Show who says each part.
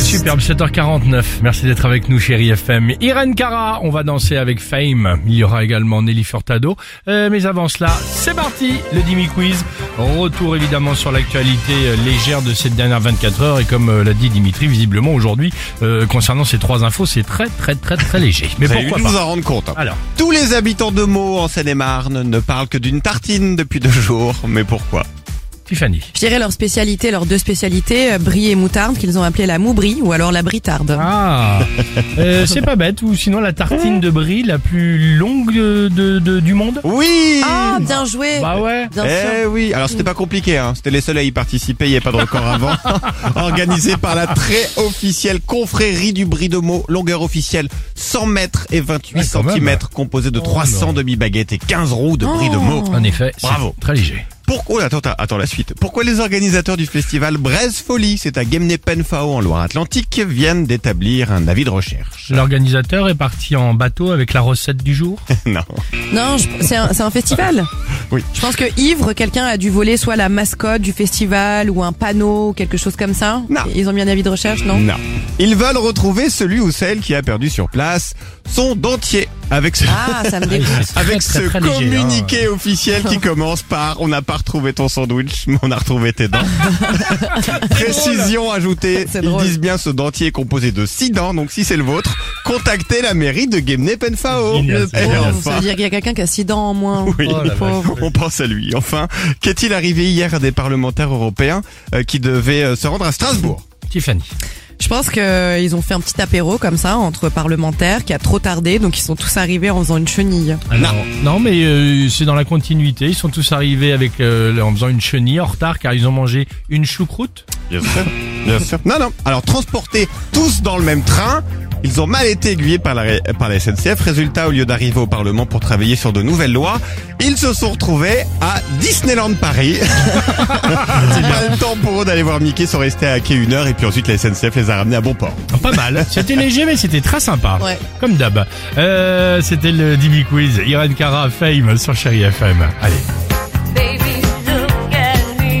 Speaker 1: Superbe, 7h49. Merci d'être avec nous, chérie FM. Irène Cara, on va danser avec Fame. Il y aura également Nelly Furtado. Euh, mais avant cela, c'est parti, le Dimi Quiz. Retour évidemment sur l'actualité euh, légère de cette dernière 24 heures. Et comme euh, l'a dit Dimitri, visiblement aujourd'hui, euh, concernant ces trois infos, c'est très, très, très, très léger. Mais
Speaker 2: Vous avez
Speaker 1: pourquoi
Speaker 2: dû vous
Speaker 1: pas
Speaker 2: en rendre compte. hein.
Speaker 1: Alors,
Speaker 2: Tous les habitants de Meaux en Seine-et-Marne ne parlent que d'une tartine depuis deux jours. Mais pourquoi
Speaker 1: Tiffany.
Speaker 3: Je dirais leur spécialité, leurs deux spécialités, euh, brie et moutarde, qu'ils ont appelé la moubrie ou alors la britarde.
Speaker 1: Ah, Euh, c'est pas bête. Ou sinon la tartine de brie la plus longue de, de- de- du monde.
Speaker 2: Oui
Speaker 3: Ah, bien joué
Speaker 1: Bah ouais.
Speaker 3: Bien sûr.
Speaker 2: Eh oui, alors c'était pas compliqué, hein. c'était les seuls à y participer, il n'y avait pas de record avant. Organisé par la très officielle confrérie du Brie de Meaux, longueur officielle 100 mètres et 28
Speaker 1: Ah, quand même.
Speaker 2: cm, composée de 300 demi-baguettes et 15 roues de Brie de
Speaker 3: Oh.
Speaker 2: Meaux.
Speaker 1: En effet, c'est
Speaker 2: Bravo.
Speaker 1: très léger.
Speaker 2: Pourquoi oh, attends, attends, attends, la suite. Pourquoi les organisateurs du festival Braise Folie, c'est à Gemnepenfao en Loire-Atlantique, viennent d'établir un avis de recherche
Speaker 1: L'organisateur est parti en bateau avec la recette du jour.
Speaker 2: Non.
Speaker 3: Non, je- c'est un, c'est un festival.
Speaker 2: Oui.
Speaker 3: Je pense que ivre, quelqu'un a dû voler soit la mascotte du festival ou un panneau ou quelque chose comme ça.
Speaker 2: Non.
Speaker 3: Ils ont mis un avis de recherche, non
Speaker 2: Non. Ils veulent retrouver celui ou celle qui a perdu sur place son dentier avec ce
Speaker 3: Ah, ça me dégoûte.
Speaker 1: C'est très,
Speaker 2: avec
Speaker 1: très,
Speaker 2: ce
Speaker 1: très léger, hein.
Speaker 2: communiqué officiel qui commence par on n'a pas retrouvé ton sandwich mais on a retrouvé tes dents. Précision ajoutée,
Speaker 3: C'est
Speaker 2: ils
Speaker 3: drôle.
Speaker 2: disent bien ce dentier est composé de 6 dents donc si c'est le vôtre, contactez la mairie de Guémené-Penfao.
Speaker 1: Génial,
Speaker 2: Et
Speaker 1: c'est génial.
Speaker 3: Oh, Ça veut
Speaker 2: enfin,
Speaker 3: dire qu'il y a quelqu'un qui a six dents en moins.
Speaker 2: oui,
Speaker 1: Oh la
Speaker 3: Pauvre.
Speaker 1: vache.
Speaker 2: on pense à lui. Enfin, qu'est-il arrivé hier à des parlementaires européens euh, qui devaient euh, se rendre à Strasbourg
Speaker 1: Tiffany.
Speaker 3: Je pense qu'ils ont fait un petit apéro comme ça entre parlementaires qui a trop tardé, donc ils sont tous arrivés en faisant une chenille.
Speaker 1: Alors, non, mais euh, c'est dans la continuité. Ils sont tous arrivés avec euh, en faisant une chenille en retard car ils ont mangé une choucroute.
Speaker 2: Bien sûr. Bien sûr. Non, non. Alors, transportés tous dans le même train, ils ont mal été aiguillés par la, ré- par la SNCF. Résultat, au lieu d'arriver au Parlement pour travailler sur de nouvelles lois, ils se sont retrouvés à Disneyland Paris. C'est pas le temps pour eux d'aller voir Mickey, ils sont restés à quai une heure et puis ensuite la SNCF les a ramenés à bon port.
Speaker 1: Ah, Pas mal. C'était léger, mais c'était très sympa.
Speaker 3: Ouais.
Speaker 1: Comme d'hab. Euh, c'était le Dibi Quiz. Irene Cara, Fame sur Chéri FM. Allez.
Speaker 4: Baby, look at me.